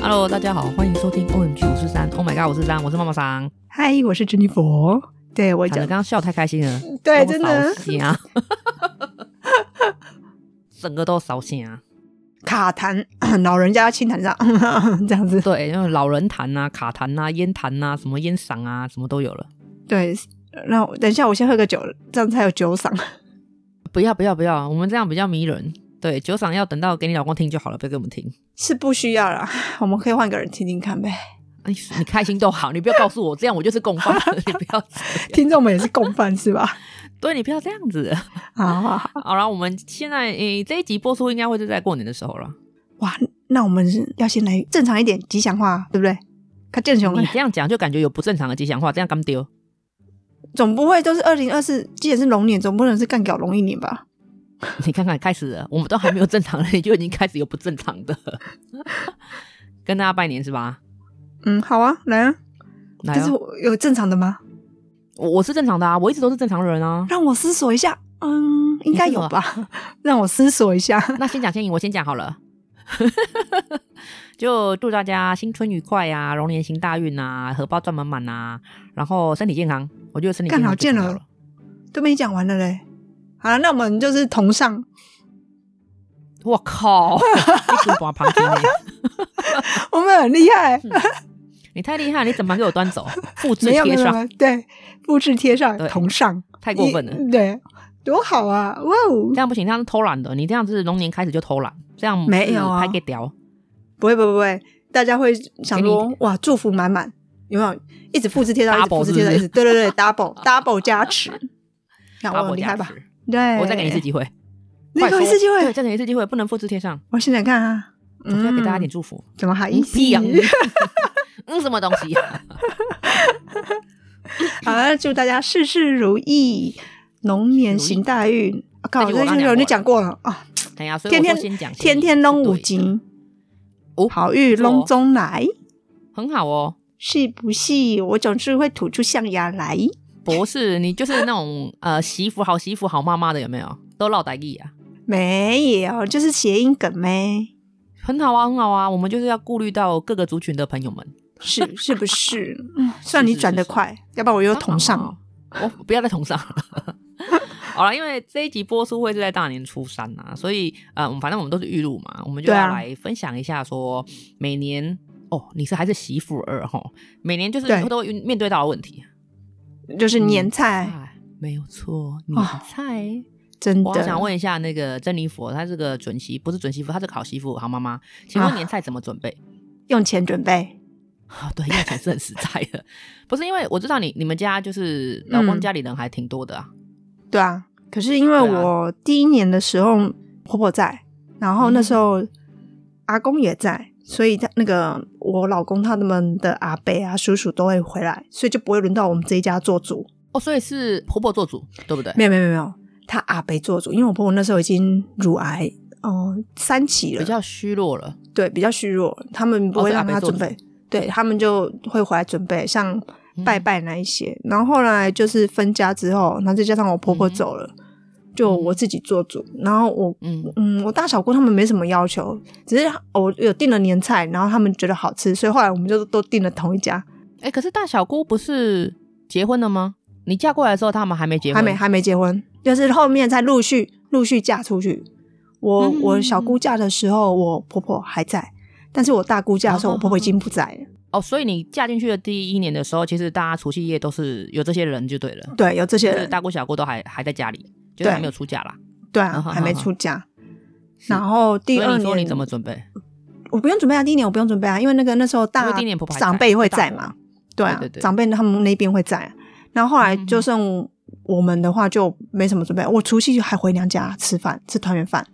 Hello，大家好，欢迎收听 OMG 五四三，Oh my god，我是三，我是妈妈桑。嗨，我是珍妮佛。对我我讲讲刚，刚笑太开心了，对，都真的扫兴啊， 整个都扫兴啊。卡痰，老人家清痰上 这样子。对，因为老人痰啊、卡痰啊、烟痰啊、什么烟嗓啊，什么都有了。对，那我等一下，我先喝个酒，这样才有酒嗓。不要不要不要，我们这样比较迷人。对，酒嗓要等到给你老公听就好了，不要给我们听。是不需要啦，我们可以换个人听听看呗。哎，你开心都好，你不要告诉我，这样我就是共 犯。你不要这样，听众们也是共犯是吧？ 对你不要这样子。好好好，好了，我们现在诶、这一集播出应该会是在过年的时候了。哇，那我们是要先来正常一点吉祥话，对不对？看正雄你，这样讲就感觉有不正常的吉祥话，这样刚丢。 总不会都是二零二四，既然是龙年，总不能是干搞龙一年吧？你看看，开始了，我们都还没有正常的，你就已经开始有不正常的。 跟大家拜年是吧？嗯，好啊，来啊。来、但啊是，我有正常的吗？我我是正常的啊，我一直都是正常人啊。让我思索一下。嗯，应该有吧？ 让我思索一下。那先讲先赢，我先讲好了。 就祝大家新春愉快啊，龙年行大运啊，荷包赚满满啊，然后身体健康。我觉得身体健干康好最重要贱了都没讲完了嘞。好了，那我们就是同上， 我靠，你真把旁听欸 我们很厉害，你太厉害，你怎么给我端走？复制没有没贴有没上，有，对，复制贴上对同上，太过分了。一对，多好啊！哇哦这，样不行，这样是偷懒的。你这样子龙年开始就偷懒，这样没有啊拍给屌。不会不会不会，大家会想给说哇，祝福满满，有没有？一直复制贴上，一直 Double 复制贴上，是一不是直对对 对，double double 加 持，看大我伯很厉加害吧？哎持对，我再给你一次，机会，再快给我一说次机对，会，再给你一次机会，不能复制贴上，我想想看啊，总是要给大家嗯点祝福。怎么好意嗯思？屁呀，嗯 嗯，什么东西啊？ 好了，祝大家事事如意，龙年行大运。啊靠，哎这这句我刚句我就讲讲过了啊！等一哎下，所以我说天天先讲先天天弄五对金，哦，好运不错哦龙中来，很好哦。是不是？我总是会吐出象牙来。博士，你就是那种 呃媳妇好媳妇好妈妈的有没有？都落歹意啊，没有，就是谐音梗呗，很好啊，很好啊。我们就是要顾虑到各个族群的朋友们。是 是不是？嗯，算是你是转得是快，要不然我又同上了。哦，我不要再同上了。 好了，因为这一集播出会是在大年初三啊，所以呃，我们反正我们都是预录嘛，我们就对要啊来分享一下说每年哦，你是还是媳妇二哈，每年就是对都会面对到的问题。就是嗯年菜，哎，没有错，你啊猜？真我好的想问一下那个珍妮佛，她这个准媳不是准媳妇，她是好媳妇，好妈妈，请问啊年菜怎么准 备？用钱准备，啊、对，用钱是很实在的，不是因为我知道你你们家就是老公嗯家里人还挺多的啊，对啊。可是因为对啊我第一年的时候婆婆在，然后那时候阿公也在，所以他那个我老公他们的阿伯啊、叔叔都会回来，所以就不会轮到我们这一家做主。哦，所以是婆婆做主，对不对？没有没有没有没有，他阿伯做主，因为我婆婆那时候已经乳癌，嗯、三期了，比较虚弱了，对比较虚弱，他们不哦会是阿让伯他做准主备，对他们就会回来准备，像嗯拜拜那一些。然后后来就是分家之后，然后再加上我婆婆嗯走了，就我自己做主，然后我。嗯，嗯，我大小姑他们没什么要求，只是哦我有订了年菜，然后他们觉得好吃，所以后来我们就都订了同一家，哎、可是大小姑不是结婚了吗？你嫁过来的时候，他们还没结婚，还没还没结婚，就是后面才陆续陆续嫁出去。我、嗯我小姑嫁的时候，我婆婆还在，但是我大姑嫁的时候，哦我婆婆已经不在了。哦，所以你嫁进去的第一年的时候，其实大家除夕夜都是有这些人就对了，对，有这些就是人，大姑小姑都还还在家里，就是对还没有出嫁啦。对嗯啊，哼还没哼出嫁。是然后第所以二你说年你怎么准备？我不用准备啊，第一年我不用准备啊，因为那个那时候因大为第一年婆婆还在长辈会在大嘛婆，对啊，对对对嗯长辈他们那边会在啊、然后后来就剩我们的话就没什么准备，我除夕还回娘家吃饭，吃团 圆饭，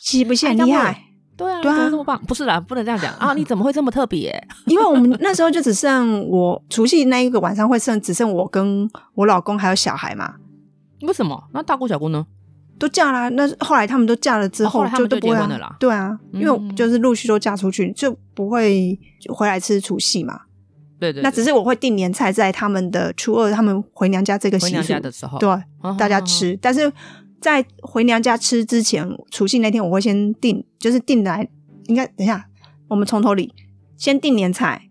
是不是很厉哎那害么？对啊，对啊怎么这么棒？不是啦，不能这样讲啊！你怎么会这么特别、因为我们那时候就只剩我除夕那一个晚上会剩只剩我跟我老公还有小孩嘛，为什么？那大姑小姑呢？都嫁啦、那后来他们都嫁了之哦后后来他就们都就不会、结啊婚了啦嗯对啊，因为我就是陆续都嫁出去，就不会回来吃除夕嘛。对对对，那只是是我会订年菜在他们的初二他们回娘家这个回习娘俗家，的时候，对，啊嗯大家。吃。但是在回娘家吃之前，除夕那天我会先订，就是订来应该等一下我们从头理，先订年菜。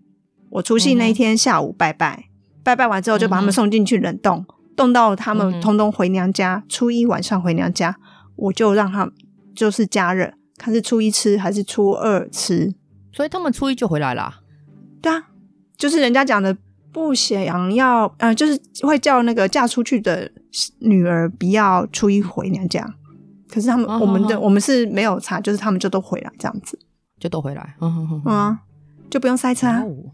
我除夕那一天下午拜拜，拜拜完之后就把嗯他嗯哼们送进去冷冻，冻到他嗯们哼通通回娘家。初一晚上回娘家，我就让他们就是加热，看是初一吃还是初二吃。所以他们初一就回来啦。对啊，就是人家讲的不想要，呃，就是会叫那个嫁出去的女儿不要初一回娘家。可是他们，哦我们的、哦哦我们是没有差，就是他们就都回来这样子，就都回来。嗯哼哼嗯、哼啊，就不用塞车、啊，哦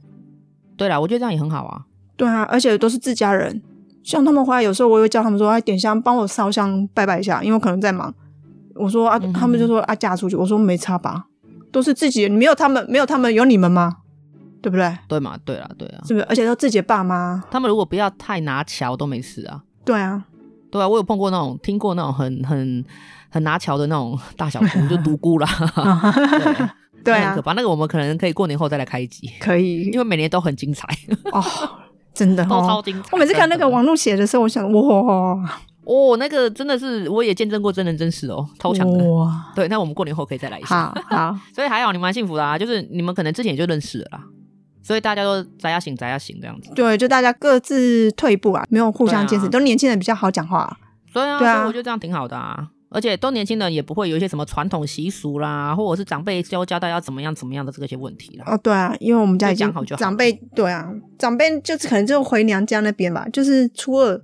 对啦，我觉得这样也很好啊。对啊，而且都是自家人。像他们回来，有时候我也会叫他们说：“哎，点香，帮我烧香拜拜一下，因为我可能在忙。”我说：“啊，嗯他们就说啊，嫁出去。”我说：“没差吧，都是自己人，没有他们，没有他们，有你们吗？对不对？对嘛？对啦，对啊。是不是？而且都自己的爸妈，他们如果不要太拿桥都没事啊。对 啊，对啊，我有碰过那种，听过那种很很很拿桥的那种大小姑，就独孤啦。 对 那对很啊可，怕。那个我们可能可以过年后再来开一集，可以因为每年都很精彩， 哦，真的都超哦。精彩。我每次看那个真的网路写的时候，我想哇，哦，那个真的是我也见证过真人真事哦，超强的。哇，对，那我们过年后可以再来一 下。好好，所以还好你蛮幸福的啊，就是你们可能之前也就认识了啦，所以大家都宅呀醒宅呀醒这样子。对，就大家各自退步啊，没有互相对啊坚持，都年轻人比较好讲话，对啊，对啊所以我觉得这样挺好的啊。而且都年轻人也不会有一些什么传统习俗啦，或者是长辈教交代要怎么样怎么样的这个些问题啦。哦，对啊，因为我们家已就经讲好就好长辈，对啊，长辈就是可能就回娘家那边吧，就是初二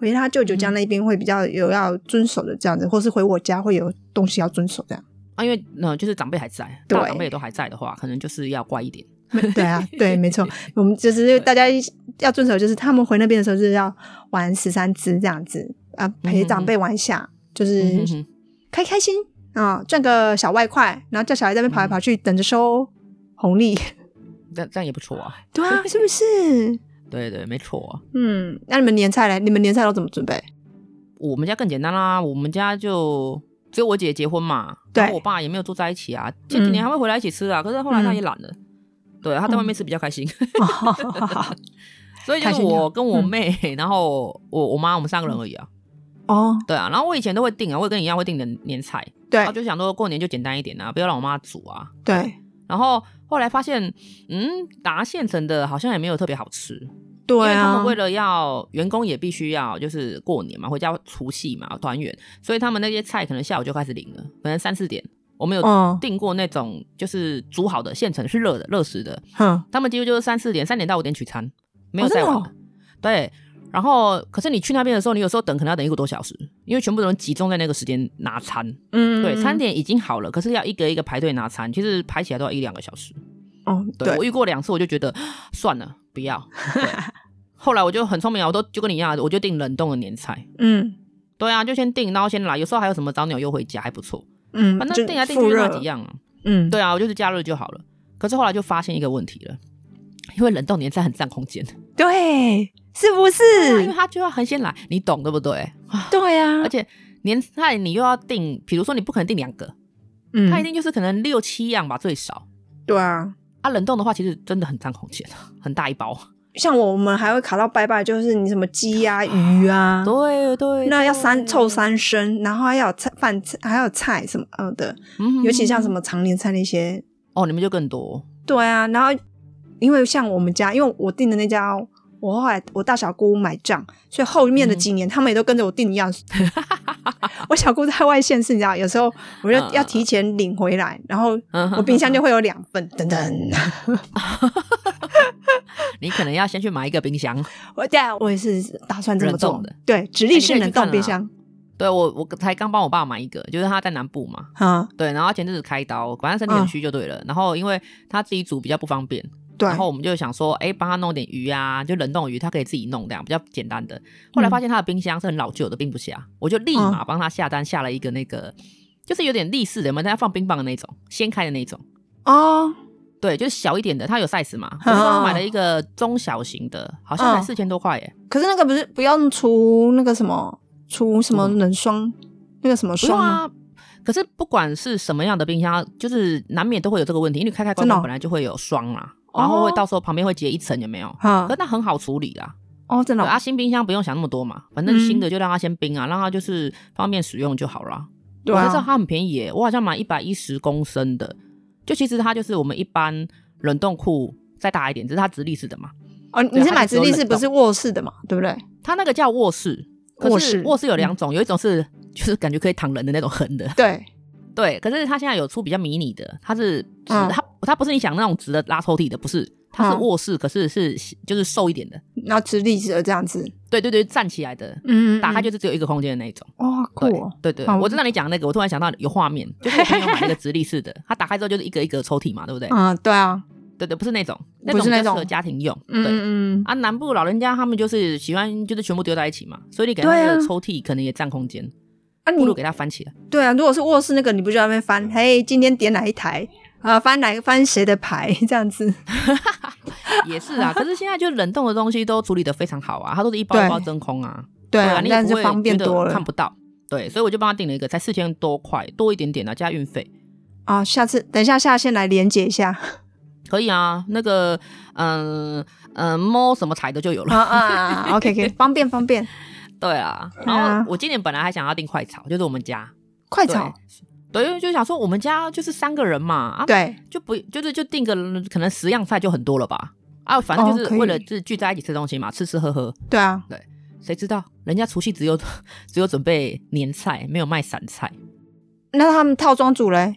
回他舅舅家嗯那边会比较有要遵守的这样子，或是回我家会有东西要遵守这样。啊，因为呃，就是长辈还在，对大长辈也都还在的话，可能就是要乖一点。 对啊，对，没 错，我们就是大家一要遵守，就是他们回那边的时候就是要玩十三只这样子啊，陪长嗯辈玩一下，就是嗯哼哼开开心啊，赚个小外快，然后叫小孩在那边跑来跑嗯去，等着收 红利。这样这样也不错啊。对 啊，是不是？对对，没错、啊。嗯，那你们年菜嘞？你们年菜都怎么 准备？我们家更简单啦，我们家就只有我姐结婚嘛，对嗯然后我爸也没有住在一起啊，前几年还会回来一起吃啊，可是后来他也懒了，对，他在外面吃比较开心，嗯哦所以就是我跟我妹，然后我我妈，我们三个人而已啊，哦，对啊，然后我以前都会订啊，我也跟你一样会订年年菜，对然后就想说过年就简单一点啊，不要让我妈煮啊，对然后后来发现，嗯，打现成的好像也没有特别好吃，因对为他们啊为，了要员工也必须要就是过年嘛，回家除夕嘛，团圆，所以他们那些菜可能下午就开始领了，可能三四点。我们有嗯订过那种就是煮好的现成是热的热食的，哼，他们几乎就是三四点、三点到五点取餐，没有哦真再的晚哦了。对，然后可是你去那边的时候，你有时候等可能要等一个多小时，因为全部人集中在那个时间拿餐。嗯，对，餐点，点已经好了，可是要一个一个排队拿餐，其实排起来都要一两个小时。哦，对我遇过两次，我就觉得啊算了，不要。 对后来我就很聪明啊，我都就跟你一样，我就订冷冻的年菜。嗯对啊，就先订，然后先来。有时候还有什么早鸟优惠价还不错，嗯，反就正订来订复去就热那几，样啊。嗯，对啊，我就是加热就好了。可是后来就发现一个问题了，因为冷冻年菜很占空间，对，是不对啊因为是？它就要很先来，你懂对不对？啊对啊而，且年菜你又要订，比如说你不可能订两个，嗯它一定就是可能六七样吧，最少。对啊。啊，冷冻的话其实真的很占空间，很大一包。像我们还会卡到拜拜，就是你什么鸡啊、鱼啊，对对，那要三对凑三升，然后还有菜饭菜，还有菜什么呃的，嗯尤其像什么么常年菜那些，哦，你们就更多对啊，然后因为像我们家，因为我订的那家，我后来我大小姑买账，所以后嗯面的几年、他们也都跟着我订 一样。我小姑在外县市，你知道，有时候我就嗯要提前领回来，然后嗯我冰箱就会有两份，等等。你可能要先去买一个冰箱。我对啊，我也是打算这么冷做冻的，对，直立式冷哎你冻可以去看啊冰箱对我，我才刚帮我爸买一个，就是他在南部嘛，啊、对，然后他前阵子开刀，反正身体很虚就对嗯了。然后因为他自己煮比较不方便，对然，后我们就想说，哎，帮他弄点鱼啊，就冷冻鱼，他可以自己弄这样比较简单的。后嗯来发现他的冰箱是很老旧的，并不下，我就立马帮他下单下了一个那个，就是有点立式的，我们在放冰棒的那种，掀开的那种。哦，对，就是小一点的，它有 size 嘛，我就帮他买了一个中小型的，好像才嗯四千多块耶。可是那个不是不要除那个什么除什么除什冷霜，那个什么不用霜吗？啊。可是不管是什么样的冰箱，就是难免都会有这个问题，因为你开开关真的哦关本来就会有霜啦，哦然后会到时候旁边会结一层，有没有？啊可是那很好处理啦，哦，真的对哦啊，新冰箱不用想那么多嘛，反正新嗯的就让它先冰啊，让它就是方便使用就好啦。对我才知道啊，它很便宜耶，我好像买一百一十公升的，就其实它就是我们一般冷冻库再大一点，只是它直立式的嘛。哦，你对啊是它买就只直有立冷式，不冻是卧室的嘛？对不对？它那个叫卧室，可卧是室嗯卧室有两种，有一种是 就是感觉可以躺人的那种横的，对，对。可是它现在有出比较迷你的，它是直，嗯它它不是你想那种直的拉抽屉的，不是，它是嗯卧室，可是是就是瘦一点的，然后直立式的这样子，对对对，站起来的，嗯打开就就就只有一个空间的那一种。哇酷对哦，对对，好我知道你讲那个，我突然想到有画面，就是我朋友买那个直立式的，它打开之后就是一个一个抽屉嘛，对不对？嗯，对啊，对对，不是那种，那不种是比较那适种合家庭用。嗯对嗯嗯啊，南部老人家他们就是喜欢就是全部丢在一起嘛，所以你给他对啊那个抽屉可能也占空间，啊不你如给他翻起来。对啊，如果是卧室那个，你不就在那边翻？嘿，今天点哪一台？啊，翻哪翻谁的牌 这样子？也是啊，可是现在就冷冻的东西都处理的非常好啊，它都是一包一包对真空啊，对啊，啊，你也但不是会方便觉得多了看不到。对，所以我就帮他订了一个，才四千多块，多一点点啊，加运费。啊。下次等一下下线来连接一下可以啊，那个，嗯嗯，摸什么材的就有了。啊啊啊 ！OK OK，方便方便，对啊，对啊然后我今年本来还想要订快炒，就是我们家快炒对，对，因为就想说我们家就是三个人嘛，啊，对就不就是就订个可能十样菜就很多了吧，啊，反正就哦是可以为了就是聚在一起吃东西嘛，吃吃喝喝，对啊，谁知道人家除夕只有 只有准备年菜，没有卖散菜，那他们套装组嘞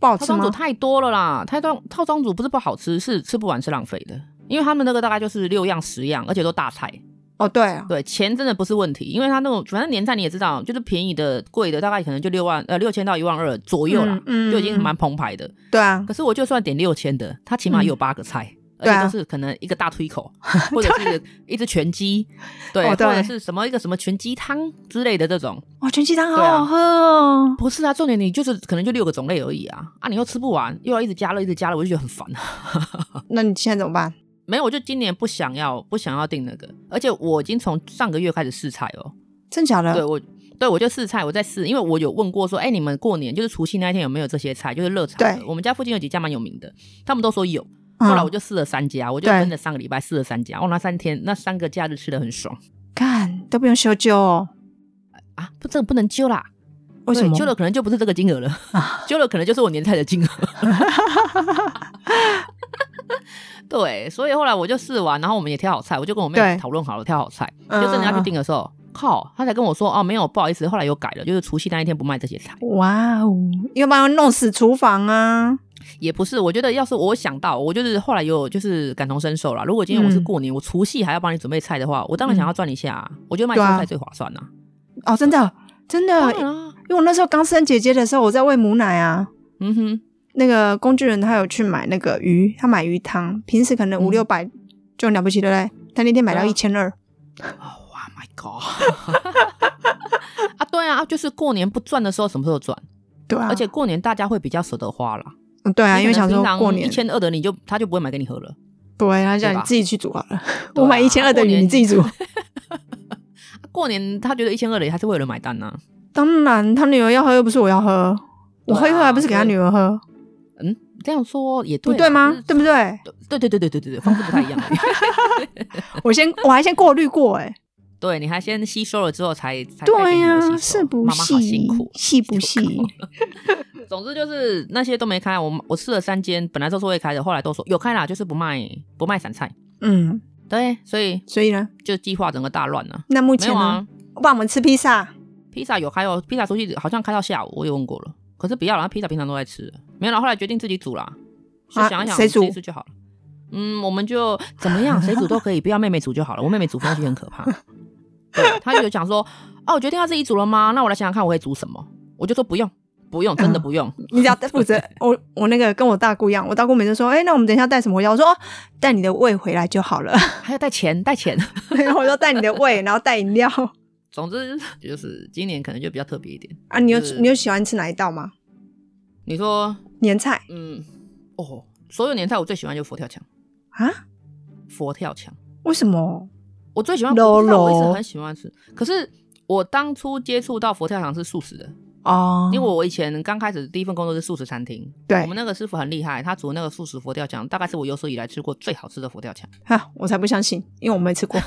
不好套吃装哦吗组？太多了啦，套装套装组不是不好吃，是吃不完是浪费的，因为他们那个大概就是六样十样，而且都大菜，哦，对啊，对，钱真的不是问题，因为他那种反正年菜你也知道，就是便宜的、贵的，大概可能就六万呃六千到一万二左右啦，嗯嗯就已经蛮澎湃的。对啊，可是我就算点六千的，它起码也有八个菜。对而啊且都是可能一个大推口，或者 是一只全鸡，对，哦对或者是什么一个什么全鸡汤之类的这种，哇，全鸡汤对啊好好喝哦。不是啊，重点你就是可能就六个种类而已啊，啊，你又吃不完，又要一直加热，一直加热，我就觉得很烦啊。那你现在怎么办？没有，我就今年不想要，不想要订那个，而且我已经从上个月开始试菜哦，真假对的？我，对我就试菜，我在试，因为我有问过说，哎、你们过年就是除夕那一天有没有这些菜，就是热炒的？对我们家附近有几家蛮有名的，他们都说有。嗯后来我就试了三家，我就对真的上个礼拜试了三家，我哦那三天那三个假日吃的很爽看都不用修旧哦，啊！不，这个不能揪啦，为什对么？揪了可能就不是这个金额了，啊揪了可能就是我年菜的金额。 对，所以后来我就试完，然后我们也挑好菜，我就跟我妹对讨论好了挑好菜，就嗯真的要去订的时候，靠，她才跟我说哦，没有，不好意思，后来有改了，就是除夕那一天不卖这些菜。哇哦，要不然会弄死厨房啊！也不是，我觉得要是我想到，我就是后来有就是感同身受啦。如果今天我嗯是过年，我除夕还要帮你准备菜的话，我当然想要赚一下、啊，我觉得卖对蔬啊菜最划算呐、哦，真的真当的，然啊，因为我那时候刚生姐姐的时候，我在喂母奶啊。嗯哼，那个工具人他有去买那个鱼，他买鱼汤，平时可能五嗯六百就很了不起，对不对？他那天买到对啊一千二，，Oh 哇、my god！啊， 对啊，就是过年不赚的时候，什么时候赚？对啊，而且过年大家会比较舍得花啦。嗯对啊，因为想说过一年，千二的你就他就不会买给你喝了。对，啊他对叫你吧自己去煮好 了。对啊我买一千二的过鱼，年你自 己煮。啊过年他觉得一千二的也还是会有人买单呐、当然，他女儿要喝又不是我要喝，我喝一喝对啊还不是给他所以女儿喝，嗯，这样说也不对啦，啊对吗就是？对不对？对对对对对对对，方式不太一样而已。我先我还先过滤过， 哎，对，你还先吸收了之后才才带给对你呀的吸，收是不妈妈好细？辛苦。细不细？总之就是那些都没开，我我吃了三间，本来都说会开的，后来都说有开啦，就是不卖不卖散菜。嗯，对，所以所以呢，就计划整个大乱了。那目没前有呢，啊，我帮我们吃披萨，披萨有开哦，披萨出去好像开到下午，我也问过了，可是不要了，披萨平常都在吃，没有了。后来决定自己煮啦，就啊想一想谁煮自己吃就好了。嗯，我们就怎么样，谁煮都可以，不要妹妹煮就好了。我妹妹煮东西很可 怕。对，她就想说，哦，我决定要自己煮了吗？那我来想想看，我会煮什么？我就说不用，不用，真的不用。你只要负责我我那个跟我大姑一样，我大姑每次说，哎、那我们等一下带什么回家？我说哦带你的胃回来就好了。还要带钱，带钱。 然后我说带你的胃，然后带饮料。总之就是今年可能就比较特别一点。啊，你有是你有喜欢吃哪一道吗？你说，年菜嗯，哦，所有年菜我最喜欢就是佛跳墙，啊？佛跳墙为什么？我最喜欢，肉我不知道我一肉直很喜欢吃。可是我当初接触到佛跳墙是素食的，哦，因为我以前刚开始第一份工作是素食餐厅，对我们那个师傅很厉害，他煮那个素食佛跳墙，大概是我有史以来吃过最好吃的佛跳墙哈，我才不相信，因为我没 吃过。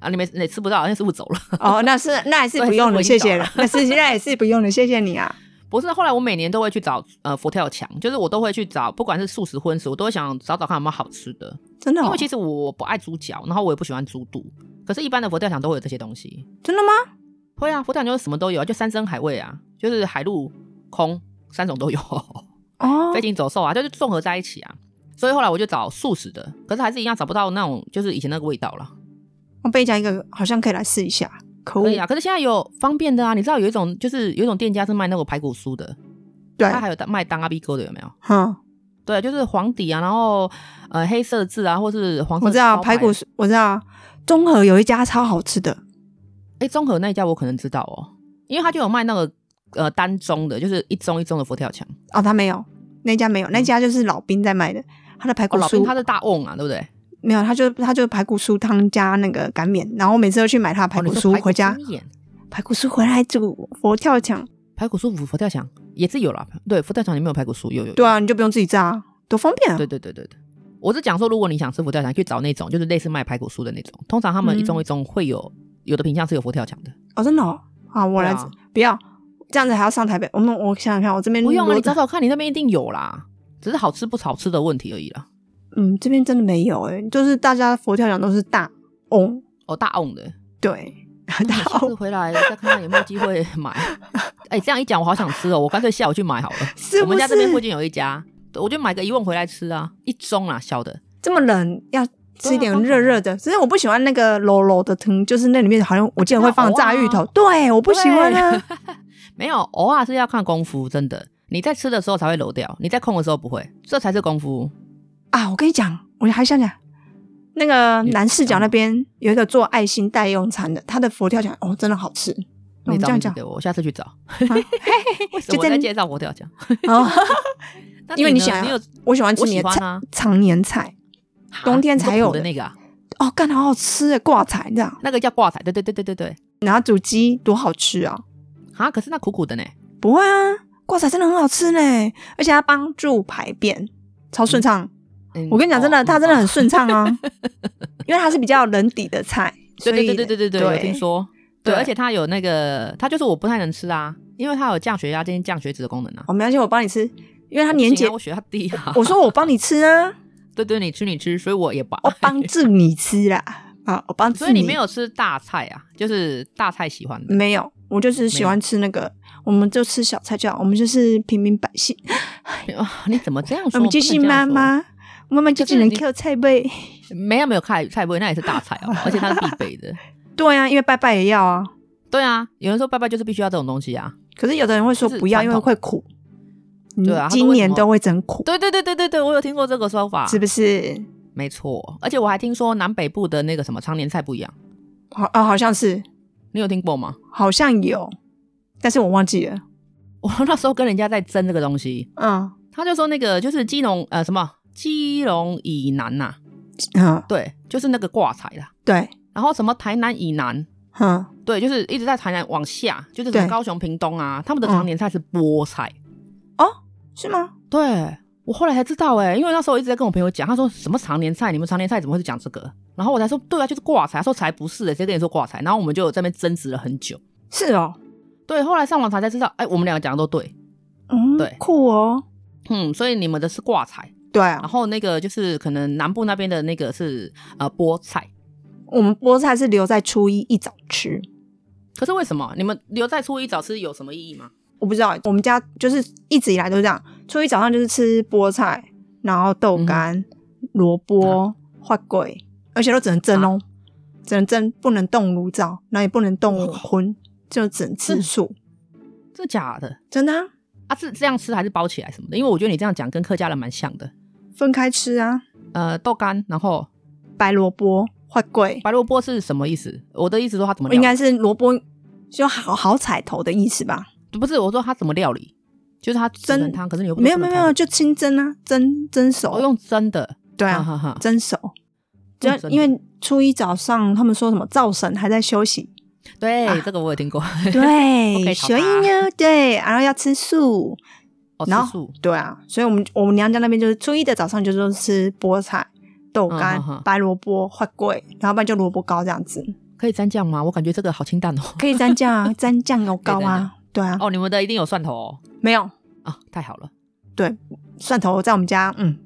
啊！你没你吃不到，那师傅走了。 哦，那是那还是对不用了，是我谢晕倒谢了，那是那也是不用了，谢谢你啊。不是，后来我每年都会去找呃佛跳墙，就是我都会去找，不管是素食荤食，我都会想找找看有没有好吃的。真的、哦？因为其实我不爱猪脚，然后我也不喜欢猪肚，可是，一般的佛跳墙都会有这些东西。真的吗？会啊，佛跳墙就是什么都有啊，就山珍海味啊，就是海陆空三种都有，哦飞，禽走兽啊，就是综合在一起啊。所以后来我就找素食的，可是还是一样找不到那种就是以前那个味道了。我被你讲一个，好像可以来试一下。可恶可，以啊，可是现在有方便的啊，你知道有一种就是有一种店家是卖那个排骨酥的，对，他还有卖当阿 B 哥的有没有？嗯，对，就是黄底啊，然后呃黑色字啊，或是黄色。我知道排骨，，我知道综合有一家超好吃的，哎，综合那一家我可能知道哦，因为他就有卖那个呃单盅的，就是一盅一盅的佛跳墙。哦，他没有，那家没有，那家就是老兵在卖的，他的排骨哦，老酥，兵他是大瓮啊，对不对？没有，他就他就排骨酥汤加那个擀面，然后我每次都去买他的排哦你骨说酥、排回家，酥面排骨酥回来煮佛跳墙，排骨酥佛跳墙也是有啦，对，佛跳墙里面有排骨酥，有有。有对啊，你就不用自己炸，多方便啊对！对对对对，我是讲说，如果你想吃佛跳墙，去找那种就是类似卖排骨酥的那种，通常他们一盅一盅会有，有的品相是有佛跳墙的。哦，真的哦，啊，我来、对啊不要这样子还要上台北，我们我想想嗯看，我这边不用啊，如你果找找看，你那边一定有啦，只是好吃不好吃的问题而已啦。嗯，这边真的没有哎、嗯就是大家佛跳墙都是大瓮，哦，大瓮的，对，那你 大下次瓮回来再看看有没有机会 买。哎、这样一讲我好想吃哦，我干脆下午去买好了。是不是我们家这边附近有一家，对我就买个一瓮回来吃啊，一盅啊，小的。这么冷要。吃一点刚好热热的，只是我不喜欢那个柔柔的汤，就是那里面好像我记得会放炸芋啊头，对，我不喜欢啊。没有，偶尔是要看功夫，真的。你在吃的时候才会揉掉，你在空的时候不会，这才是功夫。 啊，我跟你讲，我还想讲，那个你南市角那边有一个做爱心代用餐的，他的佛跳墙哦，真的好吃。我你哦们这找样名字讲给我，我下次去找。 为什么就我在在介绍佛跳墙？哦， 那因为你你呢想要你有我喜欢吃我你喜的欢菜啊，常年菜冬天你说才有苦的的那个啊，哦，干好好吃的挂彩这样，那个叫挂彩，对对对对对对。然后煮鸡多好吃啊！啊，可是那苦苦的呢，不会啊，挂彩真的很好吃呢，而且它帮助排便，超顺畅。嗯我跟你讲，真的，哦它真的嗯很顺畅 啊，因为它是比较冷底的菜，所对以对对对对对对，有听说。对，对而且它有那个，它就是我不太能吃啊，因为它有降血压、降降血脂的功能啊。哦，没关系，我帮你吃，因为它年不行节啊，我血压低啊。我说我帮你吃 啊。对对，你吃你吃，所以我也把。我帮助你吃啦，啊，我帮助所以你没有吃大菜啊，就是大菜喜欢的。没有，我就是喜欢吃那个，我们就吃小菜就好，我们就是平民百姓，嗯啊你怎么这样我说？们就是妈不能这样妈，妈妈就可是只能你靠菜呗。说。没有没有菜菜味，那也是大菜 哦，而且它是必备的。对啊，因为拜拜也要啊，对啊，有人说拜拜就是必须要这种东西啊。可是有的人会说就是不要，因为传统会苦。对啊他嗯说今为年什么都会整苦，对对对对对对，我有听过这个说法，是不是？没错。而且我还听说南北部的那个什么常年菜不一样，好啊，好像是，你有听过吗？好像有，但是我忘记了。我 那时候跟人家在争这个东西，嗯他就说那个就是基隆呃什么基隆以南呐、嗯，对，就是那个挂彩啦。对，然后什么台南以南，嗯，对，就是一直在台南往下，就是什么对高雄、屏东啊，他们的常年菜是菠菜。是吗？对我后来才知道哎、因为那时候我一直在跟我朋友讲，他说什么常年菜，你们常年菜怎么会是讲这个？然后我才说对啊，就是挂彩。他说才不是的、谁跟你说挂彩？然后我们就有在那边争执了很久。是哦，对，后来上网查才知道，哎、我们两个讲的都对，嗯，对酷哦，嗯，所以你们的是挂彩。对啊然，后那个就是可能南部那边的那个是呃菠菜，我们菠菜是留在初一一早吃，可是为什么你们留在初一早吃有什么意义吗？我不知道，我们家就是一直以来都是这样，初一早上就是吃菠菜，然后豆干、萝卜、花桂，而且都只能蒸哦，只能蒸，不能动炉灶，然后也不能动荤，就只能吃素，这假的真的、啊、啊？是这样吃还是包起来什么的？因为我觉得你这样讲跟客家人蛮像的。分开吃啊。呃，豆干，然后白萝卜、花桂，白萝卜是什么意思？我的意思说它怎么料理应该是萝卜就好好彩头的意思吧？不是我说它怎么料理，就是它蒸蒸成汤，可是你又不没有没有没有，就清蒸啊，蒸蒸熟，哦我用蒸的，对啊，哈哈哈。蒸熟。只要蒸的因为初一早上他们说什么灶神还在休息，对，这个我也听过。不可对，以炒所以呢，对，然后要吃素， 哦，然吃后素对啊，所以我们我们娘家那边就是初一的早上就是说吃菠菜、豆干、嗯哼哼白萝卜、花桂，然后不然就萝卜糕这样子，可以沾酱 吗？我感觉这个好清淡哦。可以蘸酱啊，蘸酱油膏可以蘸酱啊，对啊，哦，你们的一定有蒜头哦。没有啊，太好了，蒜头在我们家，嗯，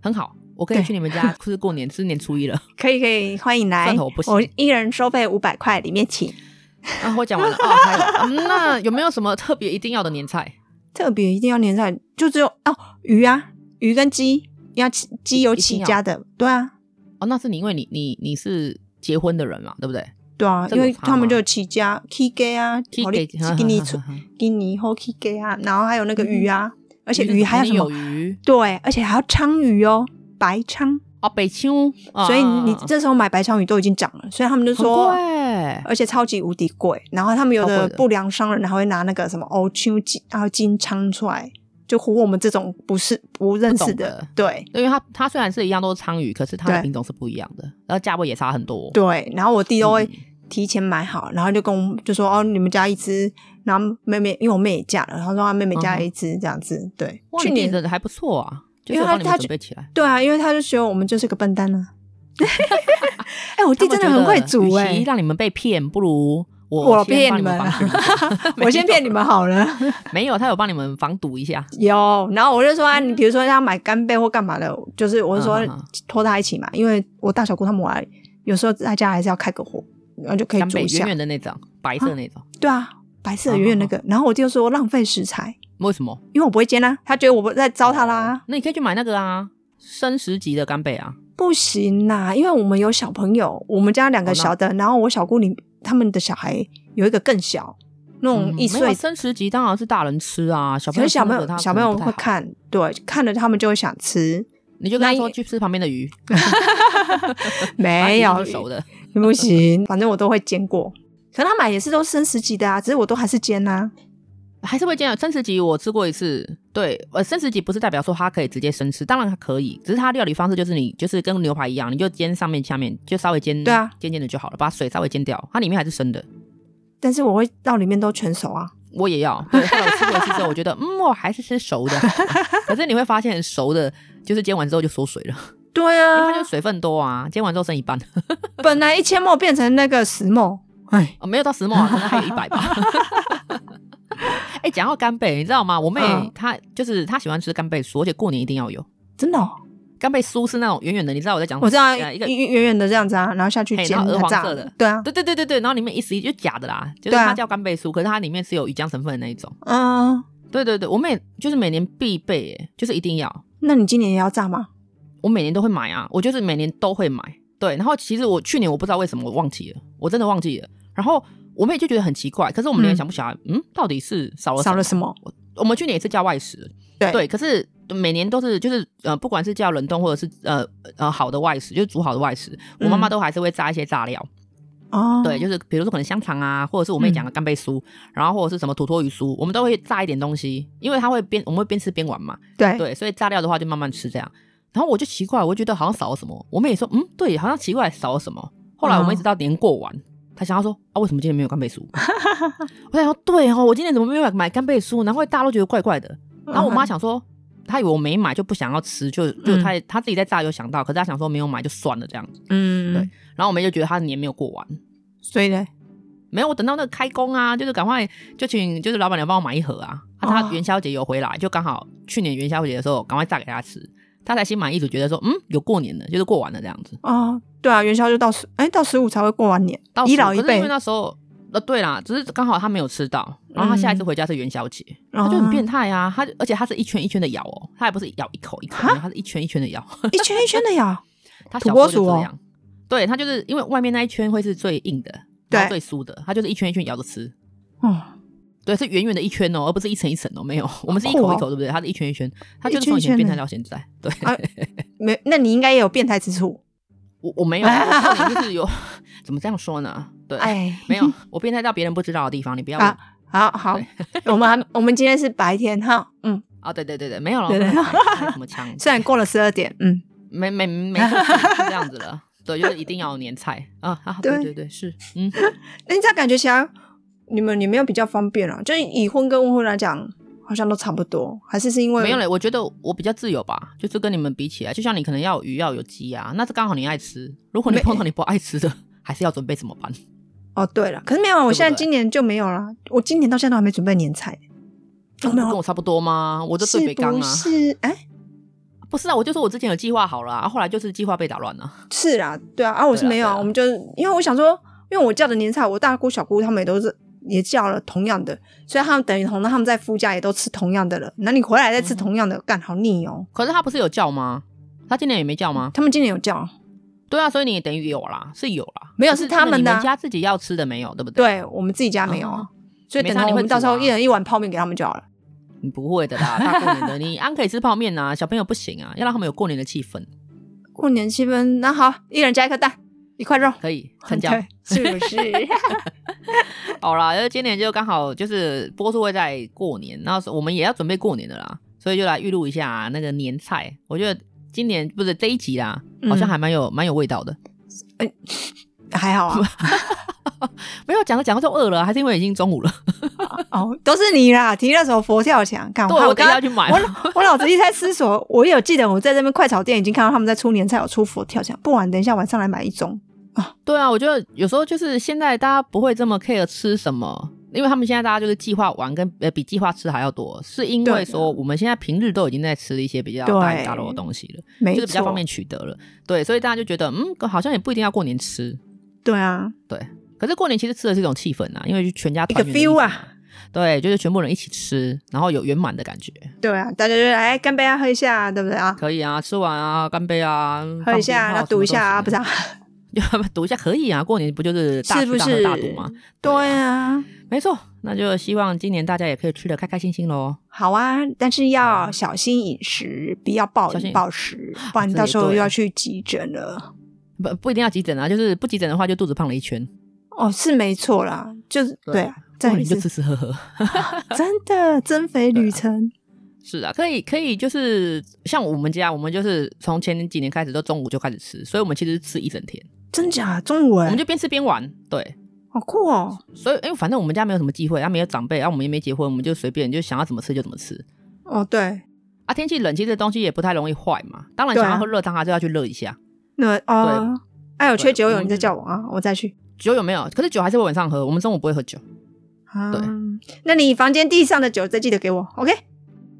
很好，我可以对去你们 家吃过年，吃年初一了可以可以，欢迎来蒜头不，行我一人收费五百块，里面请。啊！我讲 完了哦，还有、嗯那有没有什么特别一定要的年菜？特别一定要年菜，就只有哦鱼啊，鱼跟鸡要起鸡油起家的，对啊哦，那是你因为你你你是结婚的人嘛，对不对？对啊，这因个有为差他们吗就有起家 k g 啊，鸡好给利吉尼出吉尼后 k g 啊，然后还有那个鱼嗯啊，而且鱼还有什有么？鱼对，而且还要鲳鱼哦，白鲳，哦，北秋，啊所以你这时候买白鲳鱼都已经涨了，所以他们就很说。贵而且超级无敌贵，然后他们有超的贵的不良商人还会拿那个什么哦欧秋金，然后金鲳出来，就唬我们这种不是不认识不懂的对，因为它它虽然是一样都是鲳鱼，可是它的对品种是不一样的，然后价位也差很多。对，然后我弟都会嗯提前买好，然后就跟我就说哦，你们家一只，然后妹妹因为我妹也嫁了，然后说她啊妹妹家一只这样子，对，嗯哇，去去年年的还不错啊，就因是为我它帮你们它准备起来。对啊，因为他就觉得我们就是个笨 蛋呢、啊。哎、我弟他们真的觉很得会煮哎、与其让你们被骗，不如我先骗帮你你们啊们了，防堵一下我先骗你们好了。 没有，他有帮你们防堵一下。有，然后我就说啊，你比如说要买干贝或干嘛的，就是我就说嗯嗯嗯嗯拖他一起嘛，因为我大小姑他们来，有时候在家还是要开个火，然后就可以干煮贝一下圆。哦圆的那种，白色那种，对啊，白色的圆圆那个。然后我弟就说浪费食材，为什么？因为我不会煎啊，他觉得我不在糟蹋啦，那你可以去买那个啊，生食级的干贝啊。不行啦，因为我们有小朋友，我们家两个哦那小的，然后我小姑里他们的小孩有一个更小，那种嗯一没岁有生食级当然是大人吃啊，小朋可友是小吃朋那个友他小可朋能友不太会好，看，对，看了他们就会想 吃，你就跟他那说也去吃旁边的鱼，把没鱼有弄熟的， 不行，反正我都会煎过。可他买也是都生食级的啊，只是我都还是煎啊。还是会这样。生食级我吃过一次，对，呃，生食级不是代表说它可以直接生吃，当然它可以，只是它料理方式就是你就是跟牛排一样，你就煎上面下面就稍微煎，对啊，煎煎的就好了，把水稍微煎掉，它里面还是生的。但是我会到里面都全熟啊，我也 要，对，后来我吃过一次之后，我觉得，嗯，我还是吃熟的。可是你会发现，熟的就是煎完之后就缩水了，对因为啊它，就是水分多啊，煎完之后剩一半，本来一千沫变成那个十沫，哎，哦，没有到十沫啊，可能还有一百吧。 哎、讲到干贝，你知道吗？我妹、嗯她就是她喜欢吃干贝酥，而且过年一定要有真的哦、干贝酥，是那种圆圆的，你知道我在讲什么？我知道呃一一个，圆圆的这样子啊，然后下去嘿煎然后鹅它黄炸色的，对啊，对对对对对，然后里面一撕一就假的啦，就是对啊它叫干贝酥，可是它里面是有鱼浆成分的那一种。嗯，对对对，我妹就是每年必备，哎，就是一定要。那你今年也要炸吗？我每年都会买啊，我就是每年都会买。对，然后其实我去年我不知道为什么我忘记了，我真的忘记了。然后我妹就觉得很奇怪，可是我们联想不起来，嗯到底是少了少了么？什么？我们去年也是叫外食，对可是每年都是就是呃，不管是叫冷冻或者是呃呃好的外食，就是煮好的外食，我妈妈嗯都还是会炸一些炸料，哦，对，就是比如说可能香肠啊，或者是我妹讲的干贝酥，然后或者是什么土托鱼酥，我们都会炸一点东西，因为她会边我们会边吃边玩嘛，对对，所以炸料的话就慢慢吃这样。然后我就奇怪，我觉得好像少了什么。我妹也说，嗯，对，好像奇怪少了什么。后来我们一直到年过完，她想要说啊，为什么今天没有干贝酥？ 我想说，对哦，我今天怎么没有买干贝酥？然后大家都觉得怪怪的。然后我嗯妈想说，她以为我没买就不想要吃，就就她她自己在炸有想到，可是她想说没有买就算了这样。嗯，对然后我妹就觉得她的年没有过完，所以呢，没有，我等到那个开工啊，就是赶快就请就是老板娘帮我买一盒啊。啊哦她元宵节有回来，就刚好去年元宵节的时候，赶快炸给她吃，她才心满意足，觉得说嗯有过年了，就是过完了这样子。哦，对啊，元宵就到十，哎，到十五才会过完年，到一时候老一可是因辈为，那时候呃对啦，只是刚好她没有吃到，然后她下一次回家是元宵节，然她就很变态啊，她而且她是一圈一圈的咬哦，她也不是咬一口一口，哈她是一圈一圈的咬， 哦一圈一圈的呀，她土小时拨候就鼠这哦样。对她就是因为外面那一圈会是最硬的，然后最对酥的，她就是一圈一圈咬着吃。哦，对，是圆圆的一圈哦，而不是一层一层哦，没有，我们是一口一口，对不对？它是一圈一圈，它就是从以前变态到现在。对，啊没，那你应该也有变态之 处，我我没 有，我说你就是有 怎么这样说呢？对，哎，没有，我变态到别人不知道的地方，你不要啊好好， 我们还我们今天是白天哈，嗯，啊，对对对对，没有了，对对不能开开 什么枪？虽然过了十二点，嗯，没没没错，是这样子了。对，就是一定要有年菜啊啊！对对对对，是，嗯，那这样感觉起来，你们你们要比较方便啊，就已婚跟未婚来讲，好像都差不多，还是是因为没有嘞。我觉得我比较自由吧，就是跟你们比起来，就像你可能要有鱼要有鸡啊，那是刚好你爱吃。如果你没碰到你不爱吃的，还是要准备怎么 办？哦，对了，可是没有啊，我现在对不对今年就没有啦，我今年到现在都还没准备年菜，那不没有啊跟我差不多吗？我就最北是刚不啊，是？哎、不是啊，我就说我之前有计划好了、啊，后来就是计划被打乱了。是啦，对啊，啊，我是对啦没有啊，对啦我们就因为我想说，因为我叫的年菜，我大姑小姑他们也都是也叫了同样的，所以他们等于同他们在夫家也都吃同样的了。那你回来嗯再吃同样的，干好腻哦。可是他不是有叫吗？他今年也没叫吗？他们今年有叫，对啊，所以你也等于有啦，是有啦，没有可是他们的啊你们家自己要吃的没有，对不对？哦对我们自己家没有啊，所以没等差到你我会们到时候煮啊一人一碗泡面给他们就好了。你不会的 啦，大过年的你安可以吃泡面啊，小朋友不行啊，要让他们有过年的气氛，过年气氛，那好，一人加一颗蛋，一块肉，可以参加对。是不 是？好啦，因为今年就刚好就是播出会在过年，那时候我们也要准备过年的啦，所以就来预录一下、那个年菜。我觉得今年不是这一集啦，嗯好像还蛮有蛮有味道的。还好啊，没有讲着讲着就饿了，还是因为已经中午了。哦，都是你啦，提那首佛跳墙，干对，我我等刚一刚下去买我。脑我脑子一直在思索，我有记得我在这边快炒店已经看到他们在出年菜有出佛跳墙，不然等一下晚上来买一盅。对啊，我觉得有时候就是现在大家不会这么 care 吃什么，因为他们现在大家就是计划玩跟呃比计划吃还要多，是因对为啊说我们现在平日都已经在吃一些比较大鱼大肉的东西了，没就是错，比较方便取得了。对，所以大家就觉得嗯，好像也不一定要过年吃。对啊，可是过年其实吃的是一种气氛啊，因为就全家一个团圆的意思 feel 嘛，啊，对，就是全部人一起吃，然后有圆满的感觉。对啊，大家就来干杯啊，喝一下，对不对啊？可以啊，吃完啊，干杯啊，喝一下，放鞭炮那赌一下啊，不什是么 啊？都行赌一下可以啊，过年不就是大是不吃大喝是大赌吗？对啊，没错，那就希望今年大家也可以吃的开开心心喽。好啊，但是要小心饮食，不要暴嗯小饮心暴食，不然这到也时候又对要去急诊了。不不一定要急诊啊，就是不急诊的话，就肚子胖了一圈，哦，是没错啦，就是对对啊，这过样年也就是吃吃喝喝。真的增肥旅程。是啊，可以可以，就是像我们家，我们就是从前几年开始都中午就开始吃，所以我们其实吃一整天，真假？中午我哎们，就边吃边玩。对，好酷哦！所以因为反正我们家没有什么忌讳，啊没有长辈，啊我们也没结婚，我们就随便就想要怎么吃就怎么吃。哦，对，啊，天气冷，其实东西也不太容易坏嘛。当然，对啊想要喝热汤，啊，就要去热一下。那哦，哎，有缺对酒我友，们你再就叫我啊，我再去。酒有没有？可是酒还是会晚上喝，我们中午不会喝酒。啊，那你房间地上的酒再记得给我，OK？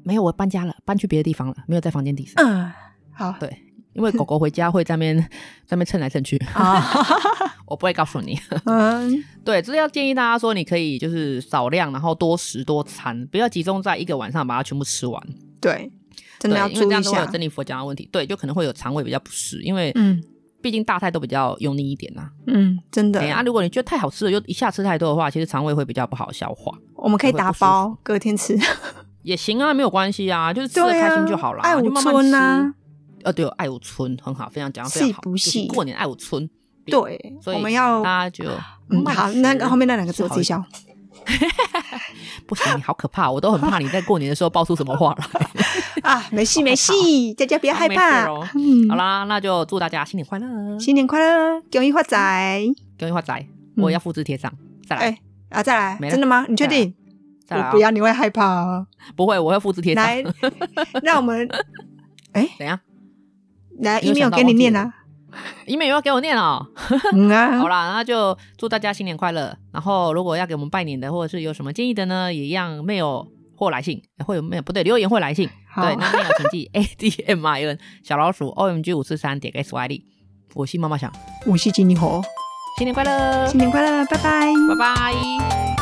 没有，我搬家了，搬去别的地方了，没有在房间底上。嗯， 好对因为狗狗回家会在那边 在那边蹭来蹭去，啊，我不会告诉你。嗯， 对，就是要建议大家说，你可以就是少量，然后多食多餐，不要集中在一个晚上把它全部吃完。对，真的对要，因为这注意一样都会有下。珍妮佛讲的问题。对，就可能会有肠胃比较不适，因为嗯毕竟大菜都比较油腻一点呐、嗯，真的对，啊，如果你觉得太好吃了，又一下吃太多的话，其实肠胃会比较不好消化。我们可以会不打舒包隔天吃，也行啊，没有关系啊，就是吃的对开啊心就好，啦，爱就五慢慢吃。村啊，呃，对，爱五村很好，非常讲得非常是好，不就是是过年爱五村，对，所以我们要大家就嗯慢好，吃那个后面那两个字我自己吃好消。不行，你好可怕，我都很怕你在过年的时候爆出什么话 来。啊，没事没事，大家不要害没事怕。哦嗯好，啦，那就祝大家新年快乐，新年快乐，恭喜发财！恭喜发财！嗯我也要复制贴上，再来，哎啊，再来，没了真的吗？你确再来定？再来、我啊不，要，你会害怕啊！不会，我会复制贴上。 来，让我们怎样？来没有 email 想到给你忘记念了啊。 你们也要给我念哦。嗯啊，好啦，那就祝大家新年快乐。然后，如果要给我们拜年的，或者是有什么建议的呢，也一样没有或来信，哎会有没有不对，留言或来信。好对，那没有成绩 A D M I N 小老鼠 O M G 五四三点 S Y D，我是妈妈想，我是金妮猴，新年快乐，新年快乐，拜拜。拜拜。